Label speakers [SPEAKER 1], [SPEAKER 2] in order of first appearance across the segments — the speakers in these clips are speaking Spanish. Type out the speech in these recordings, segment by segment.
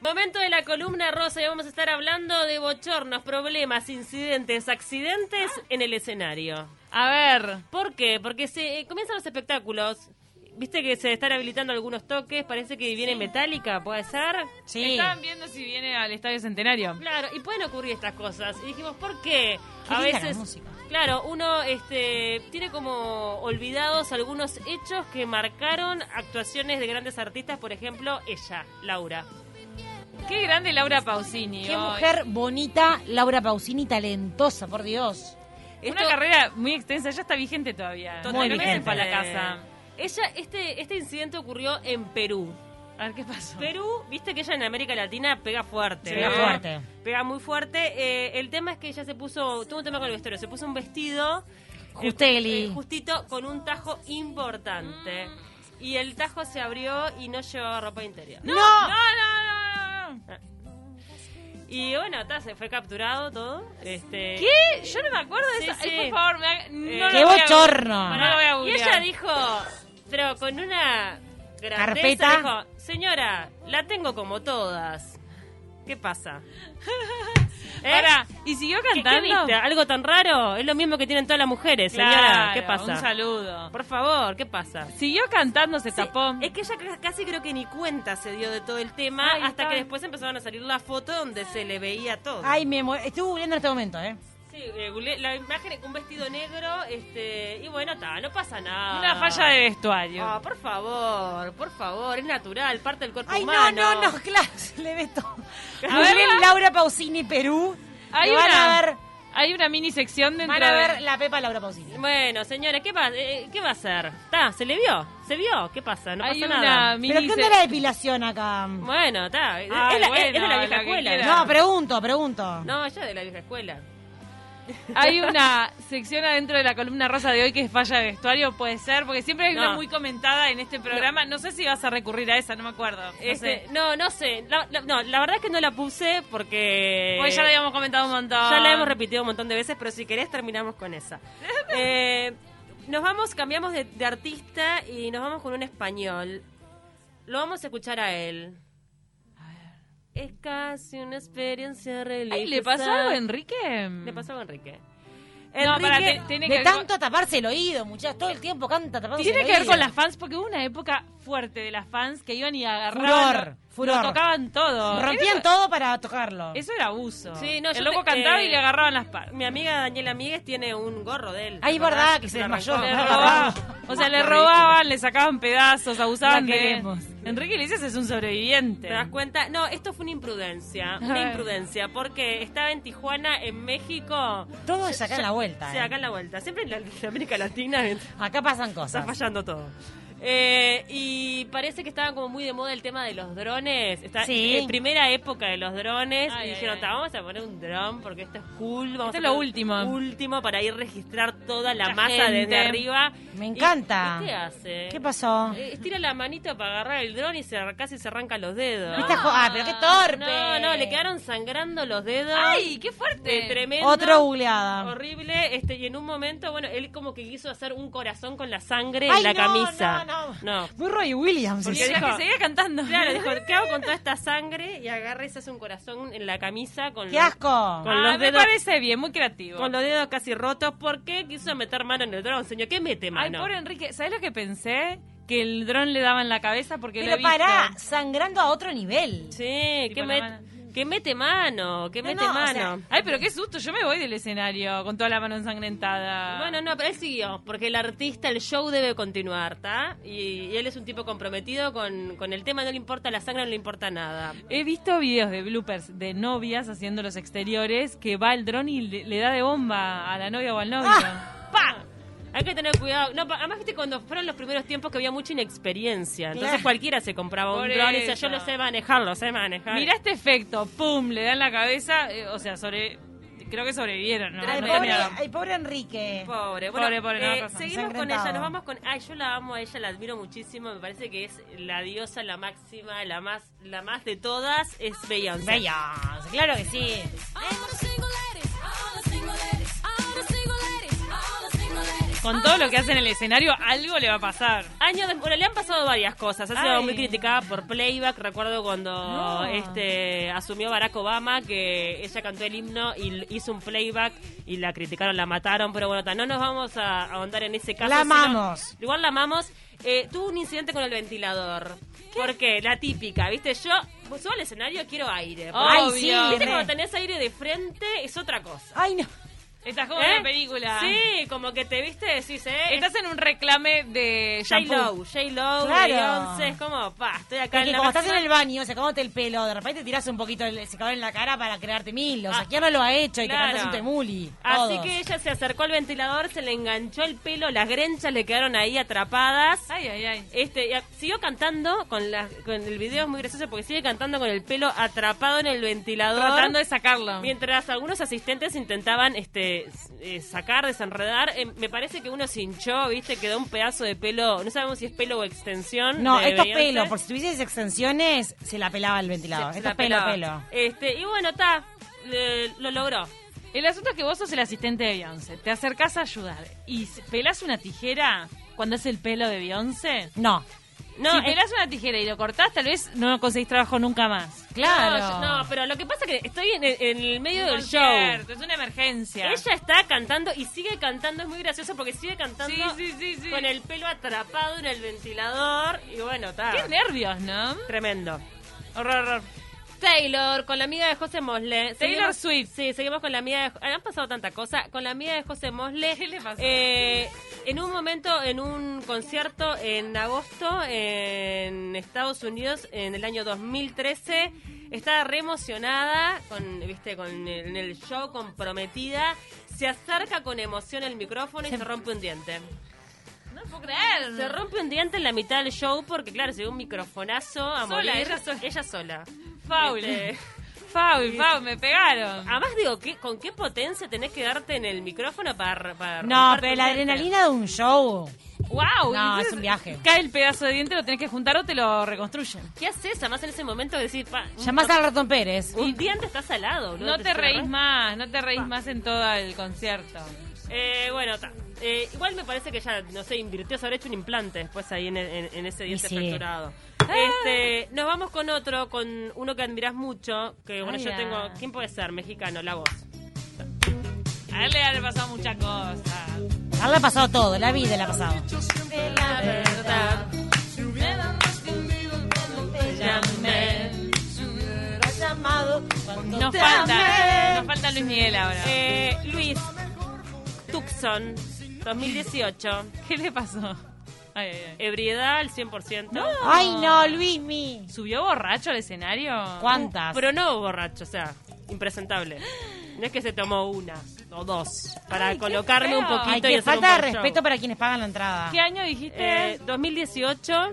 [SPEAKER 1] Momento de la columna rosa y vamos a estar hablando de bochornos, problemas, incidentes, accidentes en el escenario.
[SPEAKER 2] A ver.
[SPEAKER 1] ¿Por qué? Porque se eh, comienzan los espectáculos. Viste que se están habilitando algunos toques, parece que viene Metallica, ¿puede ser?
[SPEAKER 2] Sí. Estaban viendo si viene al Estadio Centenario.
[SPEAKER 1] Claro, y pueden ocurrir estas cosas. Y dijimos, ¿por qué?
[SPEAKER 2] Qué
[SPEAKER 1] a
[SPEAKER 2] linda la
[SPEAKER 1] veces,
[SPEAKER 2] música.
[SPEAKER 1] claro, uno este, tiene como olvidados algunos hechos que marcaron actuaciones de grandes artistas, por ejemplo, ella, Laura.
[SPEAKER 2] Qué grande Laura Pausini.
[SPEAKER 3] Qué
[SPEAKER 2] hoy.
[SPEAKER 3] mujer bonita, Laura Pausini, talentosa, por Dios.
[SPEAKER 2] Una
[SPEAKER 1] Esto-
[SPEAKER 2] carrera muy extensa, ya está vigente todavía.
[SPEAKER 3] Muy
[SPEAKER 2] no me
[SPEAKER 3] vigente.
[SPEAKER 2] para la casa.
[SPEAKER 1] Ella, este, este incidente ocurrió en Perú.
[SPEAKER 2] A ver qué pasó.
[SPEAKER 1] Perú, viste que ella en América Latina pega fuerte.
[SPEAKER 2] Sí.
[SPEAKER 1] ¿no?
[SPEAKER 3] Pega fuerte.
[SPEAKER 1] Pega muy fuerte. Eh, el tema es que ella se puso, tuvo un tema con el vestuario, se puso un vestido.
[SPEAKER 3] Justeli.
[SPEAKER 1] eh, justito, con un tajo importante. Y el tajo se abrió y no llevaba ropa interior.
[SPEAKER 2] No, no, no, no, no.
[SPEAKER 1] Y bueno, ta, se fue capturado todo. Este,
[SPEAKER 2] ¿Qué? Yo no me acuerdo de
[SPEAKER 1] Sí,
[SPEAKER 2] eso. Ay,
[SPEAKER 1] sí.
[SPEAKER 2] por favor, me haga- no
[SPEAKER 1] Eh,
[SPEAKER 2] lo
[SPEAKER 3] ¡Qué
[SPEAKER 2] voy a-
[SPEAKER 3] bochorno!
[SPEAKER 2] No lo voy a
[SPEAKER 1] Y
[SPEAKER 2] googlear.
[SPEAKER 1] ella dijo, pero con una grandeza,
[SPEAKER 3] Carpeta.
[SPEAKER 1] dijo, señora, la tengo como todas. ¿Qué pasa? ¿Eh?
[SPEAKER 2] Pará, ¿y siguió
[SPEAKER 1] ¿Qué, qué
[SPEAKER 2] cantando?
[SPEAKER 1] viste? ¿Algo tan raro? Es lo mismo que tienen todas las mujeres, señora.
[SPEAKER 2] Claro,
[SPEAKER 1] ¿Qué pasa?
[SPEAKER 2] Un saludo.
[SPEAKER 1] Por favor, ¿qué pasa?
[SPEAKER 2] Siguió cantando, se
[SPEAKER 1] Sí,
[SPEAKER 2] tapó.
[SPEAKER 1] Es que ella ca- casi creo que ni cuenta se dio de todo el tema
[SPEAKER 2] Ahí
[SPEAKER 1] hasta
[SPEAKER 2] está.
[SPEAKER 1] que después empezaron a salir la foto donde se le veía todo.
[SPEAKER 3] Ay, me muero. Estuve googleando en este momento, ¿eh?
[SPEAKER 1] Sí, eh, googleé la imagen con un vestido negro, este, y bueno, ta, no pasa nada.
[SPEAKER 2] Una falla de vestuario.
[SPEAKER 1] Ah, por favor, por favor, es natural, parte del cuerpo
[SPEAKER 3] Ay, no,
[SPEAKER 1] humano.
[SPEAKER 3] no, no, claro, se le ve todo.
[SPEAKER 2] A
[SPEAKER 3] Muy
[SPEAKER 2] ver,
[SPEAKER 3] bien,
[SPEAKER 2] va.
[SPEAKER 3] Laura Pausini, Perú.
[SPEAKER 2] Hay
[SPEAKER 3] Lo van
[SPEAKER 2] una,
[SPEAKER 3] a ver,
[SPEAKER 2] hay una mini sección dentro
[SPEAKER 3] van a
[SPEAKER 2] de-
[SPEAKER 3] ver la Pepa Laura Pausini.
[SPEAKER 1] Bueno, señores, ¿qué, va, eh, ¿qué va a hacer? Está, se le vio, se vio, ¿qué pasa? No
[SPEAKER 2] hay
[SPEAKER 1] pasa
[SPEAKER 2] una
[SPEAKER 1] nada.
[SPEAKER 2] mini
[SPEAKER 3] Pero ¿qué onda
[SPEAKER 2] sec-
[SPEAKER 3] la depilación acá? No,
[SPEAKER 1] Bueno, está, es,
[SPEAKER 2] Ay,
[SPEAKER 1] la- es-
[SPEAKER 2] bueno,
[SPEAKER 1] es de la
[SPEAKER 2] lo
[SPEAKER 1] vieja
[SPEAKER 2] que
[SPEAKER 1] escuela.
[SPEAKER 2] quiera.
[SPEAKER 1] No,
[SPEAKER 3] pregunto, pregunto.
[SPEAKER 1] no, ella es de la vieja escuela.
[SPEAKER 2] Hay una sección adentro de la columna rosa de hoy que es falla de vestuario, puede ser, porque siempre hay una
[SPEAKER 1] No.
[SPEAKER 2] muy comentada en este programa. No, sé si vas a recurrir a esa, no me acuerdo. No
[SPEAKER 1] Este,
[SPEAKER 2] sé.
[SPEAKER 1] no, no sé, la, la- no, la verdad es que no la puse porque...
[SPEAKER 2] Porque Pues ya la habíamos comentado un montón.
[SPEAKER 1] Ya la hemos repetido un montón de veces, pero si querés terminamos con esa. Eh, nos vamos, cambiamos de, de artista y nos vamos con un español. Lo vamos a escuchar a él. Es casi una experiencia religiosa.
[SPEAKER 2] Ay, ¿Le pasó algo a Enrique?
[SPEAKER 1] Le pasó algo a Enrique.
[SPEAKER 2] No, pará,
[SPEAKER 1] Enrique-
[SPEAKER 2] te- tiene que
[SPEAKER 3] De
[SPEAKER 2] ver con-
[SPEAKER 3] tanto taparse el oído, muchachos. Todo el tiempo canta taparse el
[SPEAKER 2] Tiene
[SPEAKER 3] oído.
[SPEAKER 2] que ver con las fans, porque hubo una época fuerte de las fans que iban y agarraban.
[SPEAKER 3] Furor,
[SPEAKER 2] lo-
[SPEAKER 3] furor.
[SPEAKER 2] lo tocaban todo.
[SPEAKER 3] Rompían
[SPEAKER 2] Era-
[SPEAKER 3] todo para tocarlo.
[SPEAKER 2] Eso era abuso.
[SPEAKER 1] Sí, no, yo
[SPEAKER 2] El loco
[SPEAKER 1] te-
[SPEAKER 2] cantaba
[SPEAKER 1] eh,
[SPEAKER 2] y le agarraban las partes.
[SPEAKER 1] Mi amiga Daniela Míguez tiene un gorro de él. ¿te
[SPEAKER 3] Ay,
[SPEAKER 1] acordás?
[SPEAKER 3] verdad, que se
[SPEAKER 1] lo
[SPEAKER 3] desmayó.
[SPEAKER 1] arrancó.
[SPEAKER 2] Le
[SPEAKER 3] Ah,
[SPEAKER 2] robaban, o sea, le robaban, le sacaban pedazos, abusaban
[SPEAKER 3] La
[SPEAKER 2] de
[SPEAKER 3] queremos.
[SPEAKER 2] Enrique Iglesias es un sobreviviente.
[SPEAKER 1] ¿Te das cuenta? No, esto fue una imprudencia.
[SPEAKER 2] A ver.
[SPEAKER 1] Una imprudencia, porque estaba en Tijuana, en México.
[SPEAKER 3] Todo es acá en la vuelta.
[SPEAKER 1] Sí,
[SPEAKER 3] eh.
[SPEAKER 1] acá en la vuelta. Siempre en, la, en América Latina
[SPEAKER 3] Acá pasan
[SPEAKER 1] está
[SPEAKER 3] cosas.
[SPEAKER 1] fallando todo. Eh, y parece que estaba como muy de moda el tema de los drones. Está,
[SPEAKER 3] Sí.
[SPEAKER 1] eh, primera época de los drones.
[SPEAKER 2] Ay,
[SPEAKER 1] y
[SPEAKER 2] ay,
[SPEAKER 1] dijeron,
[SPEAKER 2] ay.
[SPEAKER 1] "Ta, vamos a poner un dron porque esto es cool. Vamos
[SPEAKER 2] Esto
[SPEAKER 1] a
[SPEAKER 2] es lo
[SPEAKER 1] poner
[SPEAKER 2] último.
[SPEAKER 1] Último para ir registrar toda la
[SPEAKER 2] Mucha
[SPEAKER 1] masa
[SPEAKER 2] gente.
[SPEAKER 1] desde arriba.
[SPEAKER 3] Me
[SPEAKER 1] Y-
[SPEAKER 3] encanta.
[SPEAKER 1] ¿y qué hace?
[SPEAKER 3] ¿Qué pasó?
[SPEAKER 1] Eh, Estira la manito para agarrar el dron y se, casi se arranca los dedos.
[SPEAKER 3] Esta jo- ah, pero qué torpe.
[SPEAKER 1] No, no, le quedaron sangrando los dedos.
[SPEAKER 2] ¡Ay, qué fuerte!
[SPEAKER 1] Eh, tremendo.
[SPEAKER 3] Otro googleada.
[SPEAKER 1] Horrible, este, y en un momento, bueno, él como que quiso hacer un corazón con la sangre
[SPEAKER 3] Ay,
[SPEAKER 1] en la
[SPEAKER 3] no,
[SPEAKER 1] camisa.
[SPEAKER 3] no,
[SPEAKER 1] no.
[SPEAKER 3] Muy Roy Williams. ¿eh?
[SPEAKER 1] Porque
[SPEAKER 2] Y
[SPEAKER 3] eso.
[SPEAKER 2] ella
[SPEAKER 1] dijo-
[SPEAKER 2] que seguía cantando.
[SPEAKER 1] Claro, dijo, ¿qué hago con toda esta sangre? Y agarra y se hace un corazón en la camisa con
[SPEAKER 3] ¡Qué
[SPEAKER 1] los,
[SPEAKER 3] asco!
[SPEAKER 1] con
[SPEAKER 2] Ah,
[SPEAKER 1] los
[SPEAKER 2] me
[SPEAKER 1] dedos-
[SPEAKER 2] parece bien, muy creativo.
[SPEAKER 1] con los dedos casi rotos. ¿Por qué quiso meter mano en el dron, señor? ¿Qué mete
[SPEAKER 2] Ay,
[SPEAKER 1] mano?
[SPEAKER 2] pobre Enrique, ¿sabes lo que pensé? Que el dron le daba en la cabeza porque lo he
[SPEAKER 3] Pero
[SPEAKER 2] visto.
[SPEAKER 3] pará, sangrando a otro nivel.
[SPEAKER 1] Sí,
[SPEAKER 2] Tipo
[SPEAKER 1] ¿qué,
[SPEAKER 2] la
[SPEAKER 1] met-
[SPEAKER 2] mano.
[SPEAKER 1] qué mete mano? ¿Qué
[SPEAKER 3] No,
[SPEAKER 1] mete
[SPEAKER 3] no, o
[SPEAKER 1] mano?
[SPEAKER 2] Ay, pero qué susto, yo me voy del escenario con toda la mano
[SPEAKER 3] ah.
[SPEAKER 2] ensangrentada.
[SPEAKER 1] Bueno, no, pero él siguió, porque el artista, el show debe continuar, ¿está? Y, y él es un tipo comprometido con, con el tema, no le importa la sangre, no le importa nada.
[SPEAKER 2] He visto videos de bloopers de novias haciendo los exteriores que va el dron y le, le da de bomba a la novia o al novio.
[SPEAKER 1] ¡Pa! Hay que tener cuidado. No, pa- además, viste, cuando fueron los primeros tiempos que había mucha inexperiencia. Entonces
[SPEAKER 3] Claro.
[SPEAKER 1] cualquiera se compraba un
[SPEAKER 2] Por
[SPEAKER 1] dron y decía,
[SPEAKER 2] eso.
[SPEAKER 1] yo lo sé manejar, lo sé manejar.
[SPEAKER 2] Mirá este efecto, pum, le dan la cabeza, eh, o sea, sobre creo que sobrevivieron, ¿no?
[SPEAKER 3] Ay,
[SPEAKER 2] No
[SPEAKER 1] Tremendo.
[SPEAKER 3] pobre,
[SPEAKER 2] terminaron.
[SPEAKER 3] ay, pobre Enrique.
[SPEAKER 1] Pobre, bueno,
[SPEAKER 2] Pobre, pobre, no,
[SPEAKER 1] eh,
[SPEAKER 2] razón.
[SPEAKER 1] seguimos con
[SPEAKER 3] Ensangrentado.
[SPEAKER 1] ella, nos vamos con... Ay, yo la amo a ella, la admiro muchísimo, me parece que es la diosa, la máxima, la más la más de todas, es Beyoncé.
[SPEAKER 3] Beyoncé, claro que sí.
[SPEAKER 4] All the single ladies, all the single ladies, all the single ladies, all the single ladies,
[SPEAKER 2] Con todo lo que hace en el escenario, algo le va a pasar.
[SPEAKER 1] Años después, bueno, le han pasado varias cosas. Ha sido
[SPEAKER 2] Ay.
[SPEAKER 1] muy criticada por playback. Recuerdo cuando
[SPEAKER 2] No.
[SPEAKER 1] este asumió Barack Obama que ella cantó el himno y l- hizo un playback y la criticaron, la mataron. Pero bueno, ta, no nos vamos a ahondar en ese caso.
[SPEAKER 3] La
[SPEAKER 1] sino-
[SPEAKER 3] amamos.
[SPEAKER 1] igual la amamos. Eh, tuvo un incidente con el ventilador. ¿Por qué? La típica, ¿viste? Yo pues, subo al escenario quiero aire.
[SPEAKER 3] Ay,
[SPEAKER 2] Obvio.
[SPEAKER 3] sí,
[SPEAKER 1] ¿Viste?
[SPEAKER 3] re.
[SPEAKER 1] Cuando tenés aire de frente es otra cosa.
[SPEAKER 3] Ay, no.
[SPEAKER 2] Estás como
[SPEAKER 1] ¿Eh?
[SPEAKER 2] en una película.
[SPEAKER 1] Sí, como que te viste, decís, eh,
[SPEAKER 2] Estás en un reclame de
[SPEAKER 1] J-Lo,
[SPEAKER 2] shampoo.
[SPEAKER 1] J-Lo,
[SPEAKER 3] Claro.
[SPEAKER 1] Beyoncé, es como, pa, estoy acá
[SPEAKER 3] Es
[SPEAKER 1] en
[SPEAKER 3] que
[SPEAKER 1] la
[SPEAKER 3] como estás
[SPEAKER 1] máxima.
[SPEAKER 3] en el baño, sacándote el pelo, de repente tirás un poquito el secador en la cara para crearte mil. O sea,
[SPEAKER 1] Ah,
[SPEAKER 3] ¿quién no lo ha hecho? Y
[SPEAKER 1] claro.
[SPEAKER 3] te cantas un temuli.
[SPEAKER 1] Así
[SPEAKER 3] todos.
[SPEAKER 1] que ella se acercó al ventilador, se le enganchó el pelo, las grenchas le quedaron ahí atrapadas.
[SPEAKER 2] Ay, ay, ay.
[SPEAKER 1] Este, y a- siguió cantando con la, con el video es muy gracioso porque sigue cantando con el pelo atrapado en el ventilador.
[SPEAKER 2] Tratando de sacarlo.
[SPEAKER 1] Mientras algunos asistentes intentaban este s- eh, sacar, desenredar, eh, me parece que uno se hinchó, ¿viste? Quedó un pedazo de pelo, no sabemos si es pelo o extensión.
[SPEAKER 3] No,
[SPEAKER 1] de
[SPEAKER 3] estos
[SPEAKER 1] Beyoncé.
[SPEAKER 3] pelos, por si tuvieses extensiones, se la pelaba el ventilador.
[SPEAKER 1] Se- se
[SPEAKER 3] estos
[SPEAKER 1] la
[SPEAKER 3] pelos,
[SPEAKER 1] pelaba.
[SPEAKER 3] pelo.
[SPEAKER 1] Este, y bueno, está, lo logró.
[SPEAKER 2] El asunto es que vos sos el asistente de Beyoncé. Te acercás a ayudar. Y si pelás una tijera cuando es el pelo de Beyoncé.
[SPEAKER 3] No,
[SPEAKER 1] No,
[SPEAKER 2] si
[SPEAKER 1] es-
[SPEAKER 2] pelás una tijera y lo cortás, tal vez no conseguís trabajo nunca más.
[SPEAKER 3] claro.
[SPEAKER 1] No, yo- no, pero lo que pasa es que estoy en, el- en el medio
[SPEAKER 2] Un
[SPEAKER 1] del show.
[SPEAKER 2] concierto, Es una emergencia.
[SPEAKER 1] Ella está cantando y sigue cantando, es muy gracioso porque sigue cantando
[SPEAKER 2] Sí, sí, sí, sí.
[SPEAKER 1] con el pelo atrapado en el ventilador y bueno, está.
[SPEAKER 2] Qué nervios, ¿no?
[SPEAKER 1] Tremendo.
[SPEAKER 2] Horror, horror.
[SPEAKER 1] Taylor, con la amiga de José Mosle.
[SPEAKER 2] Taylor Swift.
[SPEAKER 1] Sí, seguimos con la amiga de... Han pasado tanta cosa. Con la amiga de José Mosle.
[SPEAKER 2] ¿Qué le pasó?
[SPEAKER 1] Eh, en un momento, en un concierto en agosto en Estados Unidos, en el año 2013, estaba re emocionada, con, viste, con el, en el show, comprometida. Se acerca con emoción el micrófono y se rompe un diente.
[SPEAKER 2] No puedo creer.
[SPEAKER 1] Se rompe un diente en la mitad del show porque, claro, se dio un microfonazo a
[SPEAKER 2] Sola,
[SPEAKER 1] morir.
[SPEAKER 2] ella sola.
[SPEAKER 1] Ella sola.
[SPEAKER 2] Faul.
[SPEAKER 1] Este,
[SPEAKER 2] Faul, Faul, me pegaron.
[SPEAKER 1] Además digo, ¿qué- ¿con qué potencia tenés que darte en el micrófono para... para
[SPEAKER 3] No,
[SPEAKER 1] romperte
[SPEAKER 3] pero
[SPEAKER 1] un
[SPEAKER 3] la
[SPEAKER 1] diente?
[SPEAKER 3] adrenalina de un show.
[SPEAKER 2] ¡Wow!
[SPEAKER 3] No, es un viaje.
[SPEAKER 2] Cae el pedazo de diente, lo tenés que juntar o te lo reconstruyen.
[SPEAKER 1] ¿Qué haces? Además en ese momento de decir, pa, un,
[SPEAKER 3] Llamás al ratón Pérez.
[SPEAKER 1] un diente está salado. boludo,
[SPEAKER 2] No te
[SPEAKER 1] cerrás.
[SPEAKER 2] reís más, no te reís más en todo el concierto.
[SPEAKER 1] Eh, bueno, ta. Eh, igual me parece que ya, no sé, invirtió, se habrá hecho un implante después ahí en, en- en ese diente
[SPEAKER 3] sí.
[SPEAKER 1] fracturado.
[SPEAKER 2] Ah.
[SPEAKER 1] Este, nos vamos con otro, con uno que admirás mucho, que bueno,
[SPEAKER 2] Ay,
[SPEAKER 1] yo
[SPEAKER 2] ah.
[SPEAKER 1] tengo... ¿Quién puede ser? Mexicano, la voz.
[SPEAKER 2] A él le han pasado muchas cosas.
[SPEAKER 3] A él le ha pasado todo, la vida le ha pasado.
[SPEAKER 2] La verdad, si hubiera respondido cuando te llamé. Nos falta, nos falta Luis Miguel ahora.
[SPEAKER 1] Eh, Luis Tucson, 2018.
[SPEAKER 2] ¿Qué le pasó? Ay, ay, ay.
[SPEAKER 1] Ebriedad al 100%.
[SPEAKER 3] Ay, no, Luismi.
[SPEAKER 2] ¿Subió borracho al escenario?
[SPEAKER 3] ¿Cuántas?
[SPEAKER 1] Pero no borracho, o sea, impresentable. No es que se tomó una o dos para
[SPEAKER 2] Ay, qué
[SPEAKER 1] colocarme un
[SPEAKER 2] feo.
[SPEAKER 1] poquito
[SPEAKER 3] Ay,
[SPEAKER 1] y hacer
[SPEAKER 3] que
[SPEAKER 1] un
[SPEAKER 3] falta de
[SPEAKER 1] buen show.
[SPEAKER 3] respeto para quienes pagan la entrada.
[SPEAKER 2] ¿Qué año dijiste?
[SPEAKER 1] Eh, 2018,
[SPEAKER 2] Ay, qué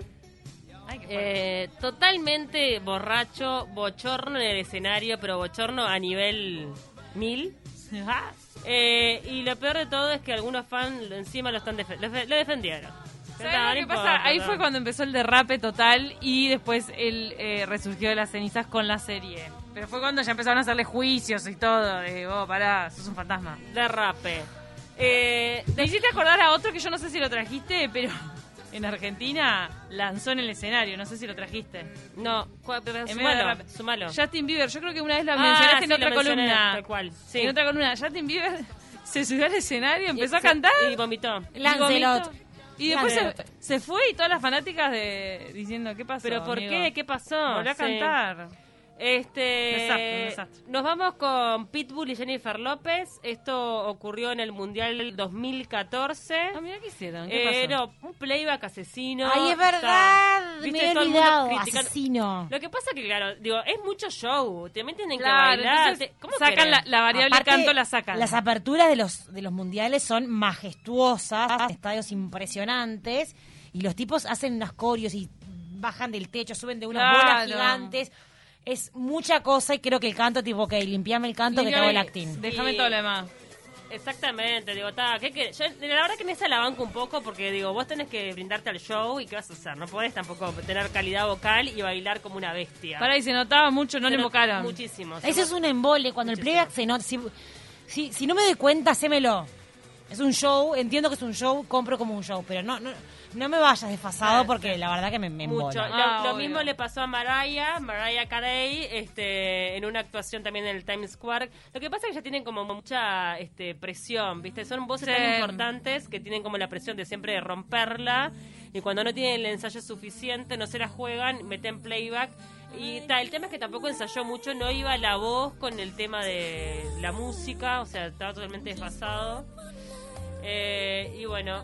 [SPEAKER 2] fuerte.
[SPEAKER 1] eh, totalmente borracho, bochorno en el escenario, pero bochorno a nivel mil.
[SPEAKER 2] Ajá.
[SPEAKER 1] Eh, y lo peor de todo es que algunos fans lo- encima lo están defe- lo, fe- lo defendieron.
[SPEAKER 2] ¿Sabes
[SPEAKER 1] No,
[SPEAKER 2] lo
[SPEAKER 1] no
[SPEAKER 2] que
[SPEAKER 1] importa,
[SPEAKER 2] pasa? Ahí
[SPEAKER 1] no.
[SPEAKER 2] fue cuando empezó el derrape total y después él eh, resurgió de las cenizas con la serie. Pero fue cuando ya empezaron a hacerle juicios y todo. De, oh, pará, sos un fantasma.
[SPEAKER 1] derrape. Eh,
[SPEAKER 2] Me hiciste acordar a otro que yo no sé si lo trajiste, pero en Argentina lanzó en el escenario. No sé si lo trajiste.
[SPEAKER 1] no, cua- pero
[SPEAKER 2] En medio
[SPEAKER 1] sumalo,
[SPEAKER 2] de derrape.
[SPEAKER 1] sumalo.
[SPEAKER 2] Justin Bieber, yo creo que una vez lo
[SPEAKER 1] Ah,
[SPEAKER 2] mencionaste
[SPEAKER 1] sí,
[SPEAKER 2] en
[SPEAKER 1] lo
[SPEAKER 2] otra
[SPEAKER 1] mencioné,
[SPEAKER 2] columna.
[SPEAKER 1] tal cual, sí.
[SPEAKER 2] En otra columna. Justin Bieber se subió al escenario, empezó
[SPEAKER 1] Y-
[SPEAKER 2] a cantar.
[SPEAKER 1] y vomitó.
[SPEAKER 2] y
[SPEAKER 3] Lancelot.
[SPEAKER 2] vomitó. Y después se,
[SPEAKER 3] Lancelot.
[SPEAKER 2] se fue y todas las fanáticas de, diciendo, ¿qué pasó?
[SPEAKER 1] ¿Pero por
[SPEAKER 2] amigo?
[SPEAKER 1] qué? ¿Qué pasó?
[SPEAKER 2] Volvió a
[SPEAKER 1] Sí.
[SPEAKER 2] cantar.
[SPEAKER 1] Este,
[SPEAKER 2] Desastre, desastre.
[SPEAKER 1] Nos vamos con Pitbull y Jennifer López. Esto ocurrió en el Mundial 2014.
[SPEAKER 2] Ah, mira qué hicieron. ¿Qué
[SPEAKER 1] Eh,
[SPEAKER 2] pasó?
[SPEAKER 1] no, un playback asesino.
[SPEAKER 3] Ay, es
[SPEAKER 1] Está-
[SPEAKER 3] verdad.
[SPEAKER 1] ¿viste?
[SPEAKER 3] Me he
[SPEAKER 1] Todo el mundo
[SPEAKER 3] olvidado.
[SPEAKER 1] criticando.
[SPEAKER 3] Asesino.
[SPEAKER 1] Lo que pasa que, claro, digo, es mucho show. Te meten en
[SPEAKER 2] Claro,
[SPEAKER 1] que bailar.
[SPEAKER 2] entonces
[SPEAKER 1] te- ¿Cómo
[SPEAKER 2] sacan
[SPEAKER 1] querés?
[SPEAKER 2] la, la variable
[SPEAKER 3] Aparte,
[SPEAKER 2] canto, la sacan.
[SPEAKER 3] Las aperturas de los, de los mundiales son majestuosas, estadios impresionantes, y los tipos hacen unas corios y bajan del techo, suben de unas bolas
[SPEAKER 2] Claro.
[SPEAKER 3] gigantes. Es mucha cosa y creo que el canto, tipo, ok, limpiame el canto que te hago el acting.
[SPEAKER 2] Déjame
[SPEAKER 1] Sí.
[SPEAKER 2] todo lo demás.
[SPEAKER 1] Exactamente, digo, ta, ¿qué querés? Yo, la verdad que en esa la banco un poco porque digo, vos tenés que brindarte al show y qué vas a hacer, no podés tampoco tener calidad vocal y bailar como una bestia.
[SPEAKER 2] Para y se notaba mucho, no
[SPEAKER 1] Se
[SPEAKER 2] le
[SPEAKER 1] nota
[SPEAKER 2] invocaron.
[SPEAKER 1] Muchísimo.
[SPEAKER 3] Ese es un embole, cuando el
[SPEAKER 1] Muchísimo.
[SPEAKER 3] playback se nota. Si, si, si no me doy cuenta, hacémelo. Es un show, entiendo que es un show, compro como un show, pero no no, no me vayas desfasado
[SPEAKER 1] Ah,
[SPEAKER 3] porque la verdad que me, me
[SPEAKER 1] Mucho.
[SPEAKER 3] embola.
[SPEAKER 1] Lo,
[SPEAKER 2] Ah,
[SPEAKER 1] lo
[SPEAKER 2] obvio.
[SPEAKER 1] mismo le pasó a Mariah, Mariah Carey, este, en una actuación también en el Times Square. Lo que pasa es que ya tienen como mucha este, presión, ¿viste? Son voces
[SPEAKER 2] Sí.
[SPEAKER 1] tan importantes que tienen como la presión de siempre de romperla. Y cuando no tienen el ensayo suficiente, no se la juegan, meten playback. Y ta, el tema es que tampoco ensayó mucho, no iba la voz con el tema de la música, o sea, estaba totalmente desfasado. Eh, y bueno,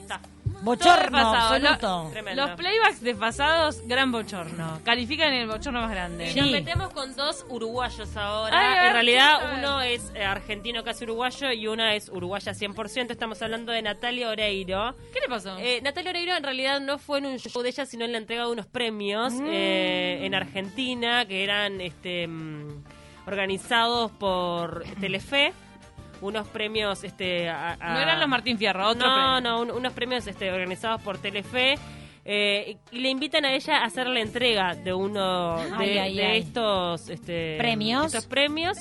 [SPEAKER 1] está.
[SPEAKER 3] Bochorno
[SPEAKER 2] Todo desfasado, lo-
[SPEAKER 3] absoluto.
[SPEAKER 1] Tremendo.
[SPEAKER 2] Los playbacks desfasados, gran bochorno. Califican el bochorno más grande.
[SPEAKER 1] Y
[SPEAKER 3] Sí.
[SPEAKER 1] nos metemos con dos uruguayos ahora.
[SPEAKER 2] Ay, a ver,
[SPEAKER 1] en realidad
[SPEAKER 2] quiero saber.
[SPEAKER 1] uno es eh, argentino casi uruguayo y una es uruguaya 100%. Estamos hablando de Natalia Oreiro.
[SPEAKER 2] ¿Qué le pasó?
[SPEAKER 1] Eh, Natalia Oreiro en realidad no fue en un show de ella, sino en la entrega de unos premios
[SPEAKER 2] Mm.
[SPEAKER 1] eh, en Argentina que eran este, mm, organizados por Telefe. Unos premios... Este, a- a-
[SPEAKER 2] no eran los Martín Fierro, otro
[SPEAKER 1] no,
[SPEAKER 2] premio.
[SPEAKER 1] no, un- unos premios este, organizados por Telefe. eh, y le invitan a ella a hacer la entrega de uno de,
[SPEAKER 3] Ay, ay,
[SPEAKER 1] de
[SPEAKER 3] ay.
[SPEAKER 1] estos este,
[SPEAKER 3] Premios.
[SPEAKER 1] Estos premios.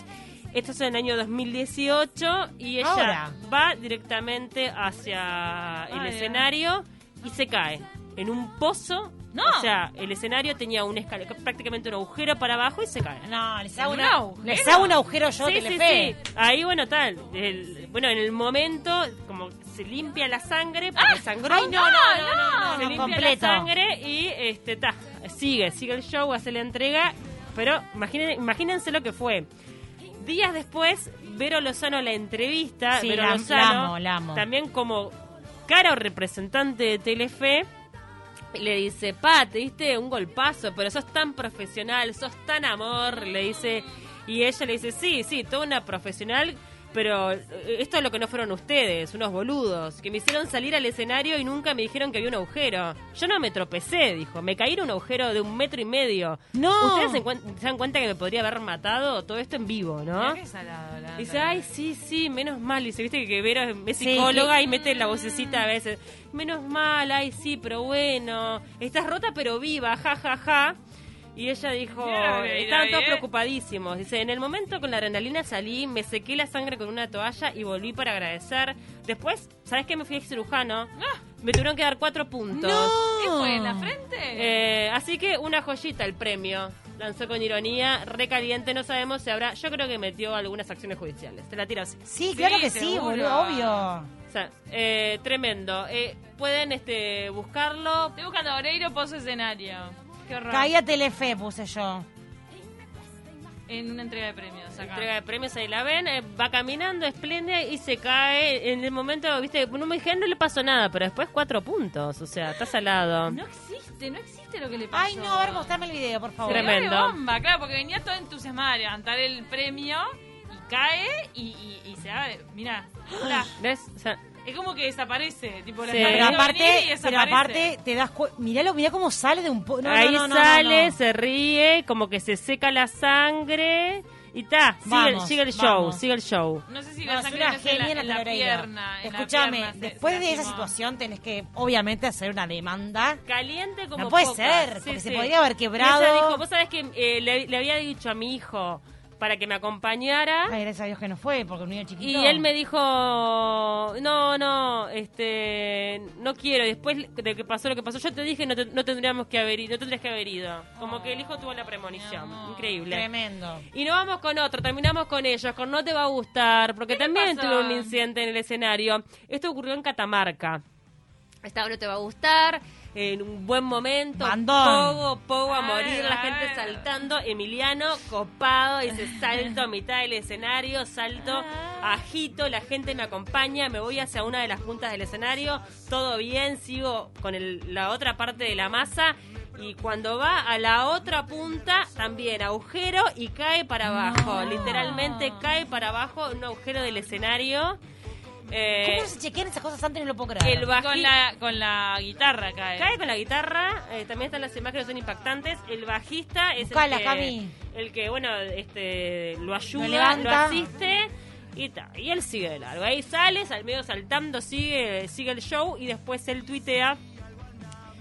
[SPEAKER 1] Esto es en el año 2018 y ella
[SPEAKER 3] Ahora.
[SPEAKER 1] va directamente hacia el
[SPEAKER 2] Ay,
[SPEAKER 1] escenario y se cae en un pozo.
[SPEAKER 2] No.
[SPEAKER 1] O sea, el escenario tenía un escal- prácticamente un agujero para abajo y se cae.
[SPEAKER 3] No, les hago,
[SPEAKER 2] ¿Un
[SPEAKER 3] una-
[SPEAKER 2] agujero?
[SPEAKER 3] les hago un agujero yo,
[SPEAKER 1] Sí, sí,
[SPEAKER 3] Telefe.
[SPEAKER 1] sí. Ahí, bueno, tal. El- bueno, en el momento, como se limpia la sangre, porque sangró.
[SPEAKER 3] Ay, Ah, oh, no, no, no, no, no,
[SPEAKER 1] se limpia
[SPEAKER 3] completo.
[SPEAKER 1] la sangre y este, ta, sigue, sigue el show, hace la entrega. Pero imaginen, imagínense lo que fue. Días después, Vero Lozano la entrevista.
[SPEAKER 3] Sí,
[SPEAKER 1] Vero
[SPEAKER 3] la- la
[SPEAKER 1] Lozano,
[SPEAKER 3] amo, la amo.
[SPEAKER 1] También como cara o representante de Telefe. Le dice, pa, te diste un golpazo, pero sos tan profesional, sos tan amor, le dice. Y ella le dice, sí, sí, toda una profesional, pero eh, esto es lo que no fueron ustedes, unos boludos, que me hicieron salir al escenario y nunca me dijeron que había un agujero. Yo no me tropecé, dijo, me caí en un agujero de un metro y medio.
[SPEAKER 3] No.
[SPEAKER 1] Ustedes se, encuent- se dan cuenta que me podría haber matado todo esto en vivo, ¿no?
[SPEAKER 2] Mirá qué salado, la
[SPEAKER 1] Dice,
[SPEAKER 2] Natalia.
[SPEAKER 1] ay, sí, sí, menos mal. Dice, viste que Vero es- es
[SPEAKER 3] Sí,
[SPEAKER 1] psicóloga y mete la vocecita a veces. Menos mal, ay, sí, pero bueno. Estás rota pero viva, ja, ja, ja. Y ella dijo,
[SPEAKER 2] Mira, mira,
[SPEAKER 1] estaban todos
[SPEAKER 2] ¿eh?
[SPEAKER 1] preocupadísimos. Dice, en el momento con la adrenalina salí, me sequé la sangre con una toalla y volví para agradecer. Después, ¿sabes qué? Me fui a cirujano. Me tuvieron que dar cuatro puntos.
[SPEAKER 2] Ah, ¿Qué fue? ¿En la frente?
[SPEAKER 1] Eh, así que una joyita el premio. Lanzó con ironía, recaliente, no sabemos si habrá. Yo creo que metió algunas acciones judiciales. Te la tiro así.
[SPEAKER 3] Sí, claro
[SPEAKER 2] Sí,
[SPEAKER 3] que sí,
[SPEAKER 2] seguro.
[SPEAKER 3] boludo, obvio.
[SPEAKER 1] O sea, eh, tremendo. Eh, pueden este, buscarlo.
[SPEAKER 2] Estoy buscando a Oreiro pozo escenario. Qué horror.
[SPEAKER 3] Caía Telefe, puse yo.
[SPEAKER 2] En una entrega de premios acá.
[SPEAKER 1] Entrega de premios, ahí la ven. eh, va caminando, esplende y se cae. En el momento, viste, no me dijeron, no le pasó nada, pero después cuatro puntos. O sea, está salado.
[SPEAKER 2] No existe, no existe lo que le pasó.
[SPEAKER 3] Ay, no, a ver, mostrame el video, por favor.
[SPEAKER 2] Se le va de
[SPEAKER 1] Tremendo.
[SPEAKER 2] bomba, claro, porque venía todo entusiasmada a levantar el premio y cae y, y- y se va. Mira,
[SPEAKER 1] ¿Ves? O sea,
[SPEAKER 2] es como que desaparece. Tipo, la
[SPEAKER 1] Sí.
[SPEAKER 2] estaba
[SPEAKER 3] Pero
[SPEAKER 2] viendo venir y
[SPEAKER 3] aparte, pero
[SPEAKER 2] desaparece.
[SPEAKER 3] aparte te das cuenta. Mirá, mirá cómo sale de un po- no, no,
[SPEAKER 1] ahí
[SPEAKER 3] no, no, no,
[SPEAKER 1] sale,
[SPEAKER 3] no.
[SPEAKER 1] se ríe, como que se seca la sangre. Y ta, sigue, el-
[SPEAKER 3] Vamos,
[SPEAKER 1] sigue el show,
[SPEAKER 3] vamos.
[SPEAKER 1] sigue el show.
[SPEAKER 2] No sé si
[SPEAKER 3] No,
[SPEAKER 2] la
[SPEAKER 3] es
[SPEAKER 2] sangre
[SPEAKER 3] una
[SPEAKER 2] no es en la,
[SPEAKER 3] genia
[SPEAKER 2] en la
[SPEAKER 3] Natalia Oreiro.
[SPEAKER 2] pierna. en la
[SPEAKER 3] Escúchame,
[SPEAKER 2] pierna, se-
[SPEAKER 3] después
[SPEAKER 2] se
[SPEAKER 3] de esa
[SPEAKER 2] lastimó.
[SPEAKER 3] situación tenés que, obviamente, hacer una demanda.
[SPEAKER 1] Caliente como
[SPEAKER 3] No puede
[SPEAKER 1] pocas.
[SPEAKER 3] ser,
[SPEAKER 1] Sí,
[SPEAKER 3] porque se
[SPEAKER 1] sí.
[SPEAKER 3] podría haber quebrado.
[SPEAKER 1] Y Ella dijo, vos sabés que eh, le, le había dicho a mi hijo para que me acompañara.
[SPEAKER 3] Ay, gracias a Dios que no fue, porque un niño
[SPEAKER 1] Y
[SPEAKER 3] chiquito.
[SPEAKER 1] él me dijo, no, no, este, no quiero. Y Después de que pasó lo que pasó, yo te dije, no, te- no tendríamos que haber, i- no tendrías que haber ido. Como que el hijo tuvo la premonición,
[SPEAKER 2] amor.
[SPEAKER 1] increíble.
[SPEAKER 3] Tremendo.
[SPEAKER 1] Y nos vamos con otro, terminamos con ellos, con No te va a gustar, porque
[SPEAKER 2] ¿Qué le
[SPEAKER 1] también
[SPEAKER 2] pasó?
[SPEAKER 1] tuvo un incidente en el escenario. Esto ocurrió en Catamarca. Esta No te va a gustar, en un buen momento.
[SPEAKER 3] Bandón.
[SPEAKER 1] Pogo, pogo a
[SPEAKER 2] Ay,
[SPEAKER 1] morir, la
[SPEAKER 2] ay.
[SPEAKER 1] gente saltando. Emiliano, copado, dice salto a mitad del escenario, salto,
[SPEAKER 2] Ah.
[SPEAKER 1] agito, la gente me acompaña, me voy hacia una de las puntas del escenario, todo bien, sigo con el- la otra parte de la masa. Y cuando va a la otra punta, también agujero y cae para abajo. Literalmente cae para abajo en un agujero del escenario. Eh,
[SPEAKER 3] ¿Cómo no se chequean esas cosas antes? No lo puedo creer.
[SPEAKER 1] el
[SPEAKER 2] Y
[SPEAKER 1] baji-
[SPEAKER 2] Con la, con la guitarra cae.
[SPEAKER 1] Cae con la guitarra, eh, también están las imágenes, son impactantes. El bajista es
[SPEAKER 3] Buscala,
[SPEAKER 1] el, que,
[SPEAKER 3] Cami.
[SPEAKER 1] el que, bueno, este lo
[SPEAKER 3] Lo
[SPEAKER 1] ayuda, lo,
[SPEAKER 3] levanta.
[SPEAKER 1] asiste y ta, Y él sigue de largo. Ahí sales, al medio saltando, sigue, sigue el show y después él tuitea.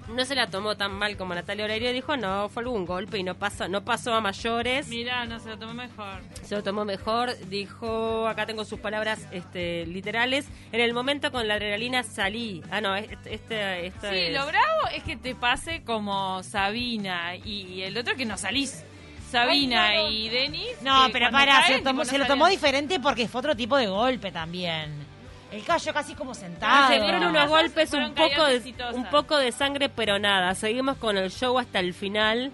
[SPEAKER 1] No se la tomó tan mal como Natalia Oreiro y dijo, no, fue algún golpe y no pasó, no pasó a mayores.
[SPEAKER 2] Mirá, no se lo tomé mejor.
[SPEAKER 1] Se lo tomó mejor, dijo, acá tengo sus palabras este, literales, en el momento con la adrenalina salí. Ah, no, este, este, esto
[SPEAKER 2] Sí,
[SPEAKER 1] es-
[SPEAKER 2] lo bravo es que te pase como Sabina y el otro que no salís. Sabina
[SPEAKER 1] Ay, claro.
[SPEAKER 2] y Denis.
[SPEAKER 3] No,
[SPEAKER 2] que
[SPEAKER 3] pero
[SPEAKER 2] cuando
[SPEAKER 3] para,
[SPEAKER 2] caen,
[SPEAKER 3] se, lo tomó,
[SPEAKER 2] tipo, no
[SPEAKER 3] se lo tomó
[SPEAKER 2] salían.
[SPEAKER 3] diferente porque fue otro tipo de golpe también. Él cayó casi como
[SPEAKER 1] Ah,
[SPEAKER 3] sentado.
[SPEAKER 1] se vieron unos
[SPEAKER 2] Esas
[SPEAKER 1] golpes,
[SPEAKER 2] fueron
[SPEAKER 1] un poco,
[SPEAKER 2] caídas
[SPEAKER 1] de,
[SPEAKER 2] exitosas.
[SPEAKER 1] un poco de sangre, pero nada. Seguimos con el show hasta el final.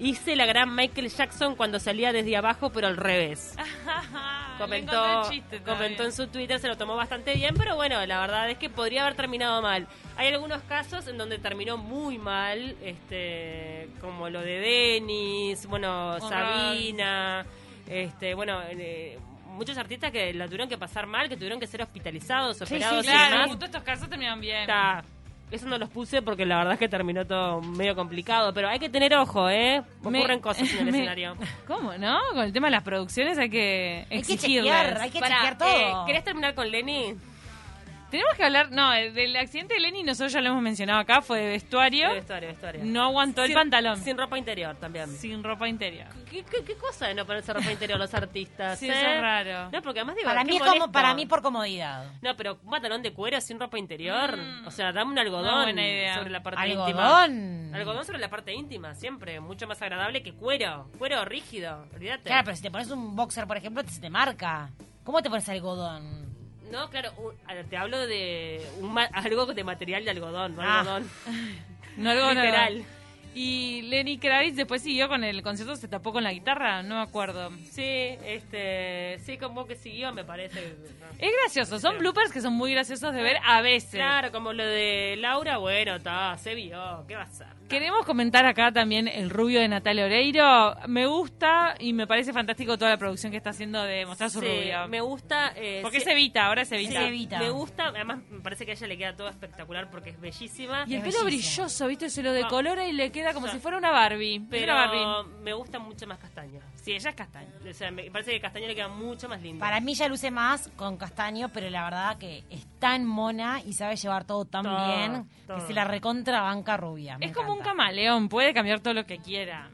[SPEAKER 1] Hice la gran Michael Jackson cuando salía desde abajo, pero al revés.
[SPEAKER 2] Ajá, le Ah, encontré
[SPEAKER 1] Comentó,
[SPEAKER 2] el chiste todavía.
[SPEAKER 1] comentó en su Twitter, se lo tomó bastante bien, pero bueno, la verdad es que podría haber terminado mal. Hay algunos casos en donde terminó muy mal, este, como lo de Denis, bueno,
[SPEAKER 2] Con
[SPEAKER 1] Sabina, este, bueno, eh, muchos artistas que la tuvieron que pasar mal, que tuvieron que ser hospitalizados,
[SPEAKER 3] sí,
[SPEAKER 1] operados y
[SPEAKER 2] Claro,
[SPEAKER 1] demás.
[SPEAKER 2] justo estos casos terminan bien.
[SPEAKER 1] Está. Eso no los puse porque la verdad es que terminó todo medio complicado, pero hay que tener ojo, ¿eh?
[SPEAKER 2] Me-
[SPEAKER 1] Ocurren cosas en el
[SPEAKER 2] me-
[SPEAKER 1] escenario.
[SPEAKER 2] ¿Cómo, no? Con el tema de las producciones hay que
[SPEAKER 3] Hay que
[SPEAKER 2] exigirles.
[SPEAKER 3] chequear, hay que
[SPEAKER 1] Pará,
[SPEAKER 3] chequear todo.
[SPEAKER 1] eh, ¿Querés terminar con Lenny?
[SPEAKER 2] Tenemos que hablar, no, el- del accidente de Lenny nosotros ya lo hemos mencionado acá, fue de vestuario.
[SPEAKER 1] Eh, vestuario, vestuario.
[SPEAKER 2] No aguantó el
[SPEAKER 1] Sin-
[SPEAKER 2] pantalón. Sin,
[SPEAKER 1] Sin ropa interior también.
[SPEAKER 2] ropa interior.
[SPEAKER 1] ¿Qué, qué, qué cosa de no ponerse ropa interior los artistas?
[SPEAKER 2] Sí,
[SPEAKER 1] eh?
[SPEAKER 2] eso es raro.
[SPEAKER 1] No, porque además digo,
[SPEAKER 3] Para
[SPEAKER 1] qué
[SPEAKER 3] mí, es como,
[SPEAKER 1] molesto.
[SPEAKER 3] para mí por comodidad.
[SPEAKER 1] No, pero un pantalón de cuero sin ropa interior.
[SPEAKER 2] Mm.
[SPEAKER 1] O sea, dame un
[SPEAKER 2] No,
[SPEAKER 1] algodón
[SPEAKER 2] buena idea.
[SPEAKER 1] sobre la parte
[SPEAKER 3] Algodón.
[SPEAKER 1] íntima. Algodón sobre la parte íntima, siempre. Mucho más agradable que cuero. Cuero rígido, olvídate.
[SPEAKER 3] Claro, pero si te pones un boxer, por ejemplo, se te marca. ¿Cómo te pones algodón?
[SPEAKER 1] No, claro, un- a- te hablo de un ma- algo de material de algodón, no
[SPEAKER 3] Ah.
[SPEAKER 1] algodón.
[SPEAKER 2] No algo no.
[SPEAKER 1] Literal.
[SPEAKER 2] Y Lenny Kravitz después siguió con el concierto, se tapó con la guitarra, no me acuerdo.
[SPEAKER 1] Sí, este, sí, como que siguió, me parece.
[SPEAKER 2] Es gracioso, son bloopers que son muy graciosos de ver a veces.
[SPEAKER 1] Claro, como lo de Laura, bueno, está, se vio, ¿qué va a ser?
[SPEAKER 2] Queremos comentar acá también el rubio de Natalia Oreiro. Me gusta y me parece fantástico toda la producción que está haciendo de mostrar su
[SPEAKER 1] Sí,
[SPEAKER 2] rubio.
[SPEAKER 1] Me gusta. eh,
[SPEAKER 2] Porque
[SPEAKER 1] sí-
[SPEAKER 2] se evita, ahora se
[SPEAKER 3] Es
[SPEAKER 2] evita.
[SPEAKER 3] Evita.
[SPEAKER 1] Me gusta, además me parece que a ella le queda todo espectacular porque es bellísima.
[SPEAKER 2] Y el
[SPEAKER 3] Es
[SPEAKER 2] pelo
[SPEAKER 3] bellísimo.
[SPEAKER 2] brilloso, ¿viste? Se lo decolora y le queda como
[SPEAKER 1] Sí.
[SPEAKER 2] si fuera una Barbie. Es
[SPEAKER 1] Pero
[SPEAKER 2] una Barbie.
[SPEAKER 1] me gusta mucho más Castaño.
[SPEAKER 2] Sí, ella es castaña.
[SPEAKER 1] O sea, me parece que Castaño le queda mucho más lindo.
[SPEAKER 3] Para mí ya luce más con castaño, pero la verdad que es tan mona y sabe llevar todo tan
[SPEAKER 1] Todo,
[SPEAKER 3] bien que
[SPEAKER 1] todo.
[SPEAKER 3] se la recontra banca rubia. me
[SPEAKER 2] Es como un
[SPEAKER 3] encanta.
[SPEAKER 2] camaleón, puede cambiar todo lo que quiera.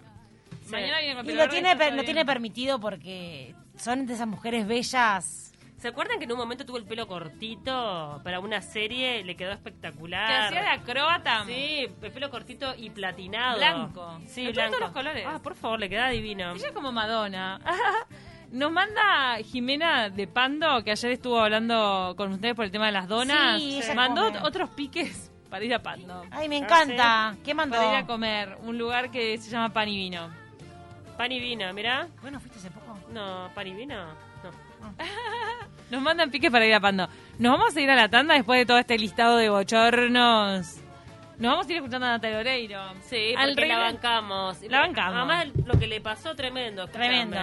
[SPEAKER 1] Sí.
[SPEAKER 2] Mañana viene con
[SPEAKER 3] Y
[SPEAKER 2] pelo
[SPEAKER 3] lo
[SPEAKER 2] verde,
[SPEAKER 3] tiene,
[SPEAKER 2] está
[SPEAKER 3] per- lo
[SPEAKER 2] bien.
[SPEAKER 3] tiene permitido porque son de esas mujeres bellas.
[SPEAKER 1] ¿Se acuerdan que en un momento tuvo el pelo cortito para una serie? Le quedó
[SPEAKER 2] Que
[SPEAKER 1] espectacular.
[SPEAKER 2] hacía de acróbata.
[SPEAKER 1] Sí, el pelo cortito y platinado.
[SPEAKER 2] Blanco.
[SPEAKER 1] Sí,
[SPEAKER 2] Me gustan
[SPEAKER 1] blanco.
[SPEAKER 2] todos los colores.
[SPEAKER 1] Ah, por favor, le queda divino.
[SPEAKER 2] Ella es como Madonna. Nos manda Jimena de Pando, que ayer estuvo hablando con ustedes por el tema de las donas.
[SPEAKER 3] Sí, ella
[SPEAKER 2] mandó
[SPEAKER 3] come.
[SPEAKER 2] otros piques para ir a Pando.
[SPEAKER 3] Ay, me
[SPEAKER 1] Ah,
[SPEAKER 3] encanta. ¿Qué mandó?
[SPEAKER 2] Para ir a comer, un lugar que se llama Pan y Vino.
[SPEAKER 1] Pan y vino, mirá.
[SPEAKER 3] Bueno, fuiste hace poco.
[SPEAKER 1] No, pan y vino. No.
[SPEAKER 2] Nos mandan piques para ir a Pando. Nos vamos a ir a la tanda después de todo este listado de bochornos. Nos vamos a ir escuchando a Natalia Oreiro.
[SPEAKER 1] Sí,
[SPEAKER 2] Al
[SPEAKER 1] porque la
[SPEAKER 2] regre-
[SPEAKER 1] bancamos.
[SPEAKER 2] La bancamos.
[SPEAKER 1] Además, lo que le pasó, tremendo. escúchame.
[SPEAKER 3] Tremendo.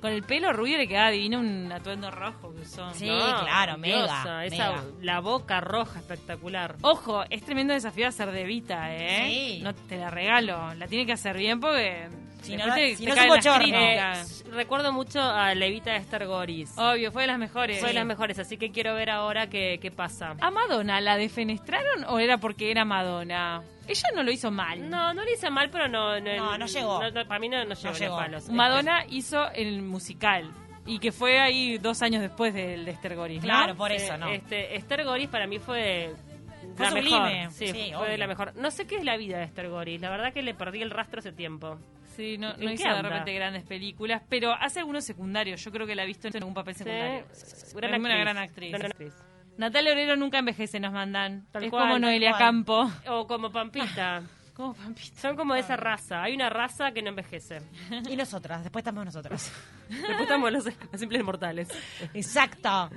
[SPEAKER 2] Con el pelo rubio le quedaba divino un atuendo rojo que usó.
[SPEAKER 3] Sí, claro, mega,
[SPEAKER 1] esa-
[SPEAKER 3] mega.
[SPEAKER 1] La boca roja, espectacular.
[SPEAKER 2] Ojo, es tremendo desafío hacer de Vita, ¿eh?
[SPEAKER 3] Sí.
[SPEAKER 2] No te la regalo. La tiene que hacer bien porque.
[SPEAKER 3] Si
[SPEAKER 2] después
[SPEAKER 3] no,
[SPEAKER 2] te- te
[SPEAKER 3] si no es
[SPEAKER 2] caen
[SPEAKER 3] un
[SPEAKER 2] las
[SPEAKER 3] bochorno.
[SPEAKER 2] críticas.
[SPEAKER 1] Eh, Recuerdo mucho a la Evita de Esther Goris.
[SPEAKER 2] Obvio, fue de las mejores.
[SPEAKER 1] Fue de las mejores, así que quiero ver ahora qué, qué pasa.
[SPEAKER 2] ¿A Madonna la defenestraron o era porque era Madonna? Ella no lo hizo mal.
[SPEAKER 1] No, no le hice mal, pero no. No,
[SPEAKER 3] No, no llegó.
[SPEAKER 1] para mí no, no llegó,
[SPEAKER 3] llegó.
[SPEAKER 1] los palos. Este,
[SPEAKER 2] Madonna hizo el musical. Y que fue ahí dos años después del de Esther Goris, ¿no?
[SPEAKER 3] Claro, por
[SPEAKER 1] Sí,
[SPEAKER 3] eso, ¿no?
[SPEAKER 1] Este, Esther Goris para mí fue.
[SPEAKER 3] Fue
[SPEAKER 1] la
[SPEAKER 3] sublime.
[SPEAKER 1] mejor. Sí,
[SPEAKER 3] Sí,
[SPEAKER 1] fue
[SPEAKER 3] obvio.
[SPEAKER 1] la mejor. No sé qué es la vida de Esther Goris. La verdad que le perdí el rastro hace tiempo.
[SPEAKER 2] Sí, no,
[SPEAKER 1] ¿En
[SPEAKER 2] no
[SPEAKER 1] qué
[SPEAKER 2] hizo de
[SPEAKER 1] anda?
[SPEAKER 2] repente grandes películas, pero hace algunos secundarios. Yo creo que la he visto en algún papel
[SPEAKER 1] Sí,
[SPEAKER 2] secundario.
[SPEAKER 1] gran
[SPEAKER 2] Es una
[SPEAKER 1] actriz.
[SPEAKER 2] gran actriz.
[SPEAKER 1] Gran actriz.
[SPEAKER 2] Natalia Orero nunca envejece, nos mandan.
[SPEAKER 1] Tal
[SPEAKER 2] es
[SPEAKER 1] cual,
[SPEAKER 2] como
[SPEAKER 1] tal
[SPEAKER 2] Noelia
[SPEAKER 3] cual.
[SPEAKER 2] Campo.
[SPEAKER 1] O como Pampita.
[SPEAKER 2] Como Pampita.
[SPEAKER 1] Son como de
[SPEAKER 3] Ah.
[SPEAKER 1] esa raza. Hay una raza que no envejece.
[SPEAKER 3] Y nosotras, después estamos nosotros.
[SPEAKER 1] Después estamos los, los simples mortales.
[SPEAKER 3] Exacto.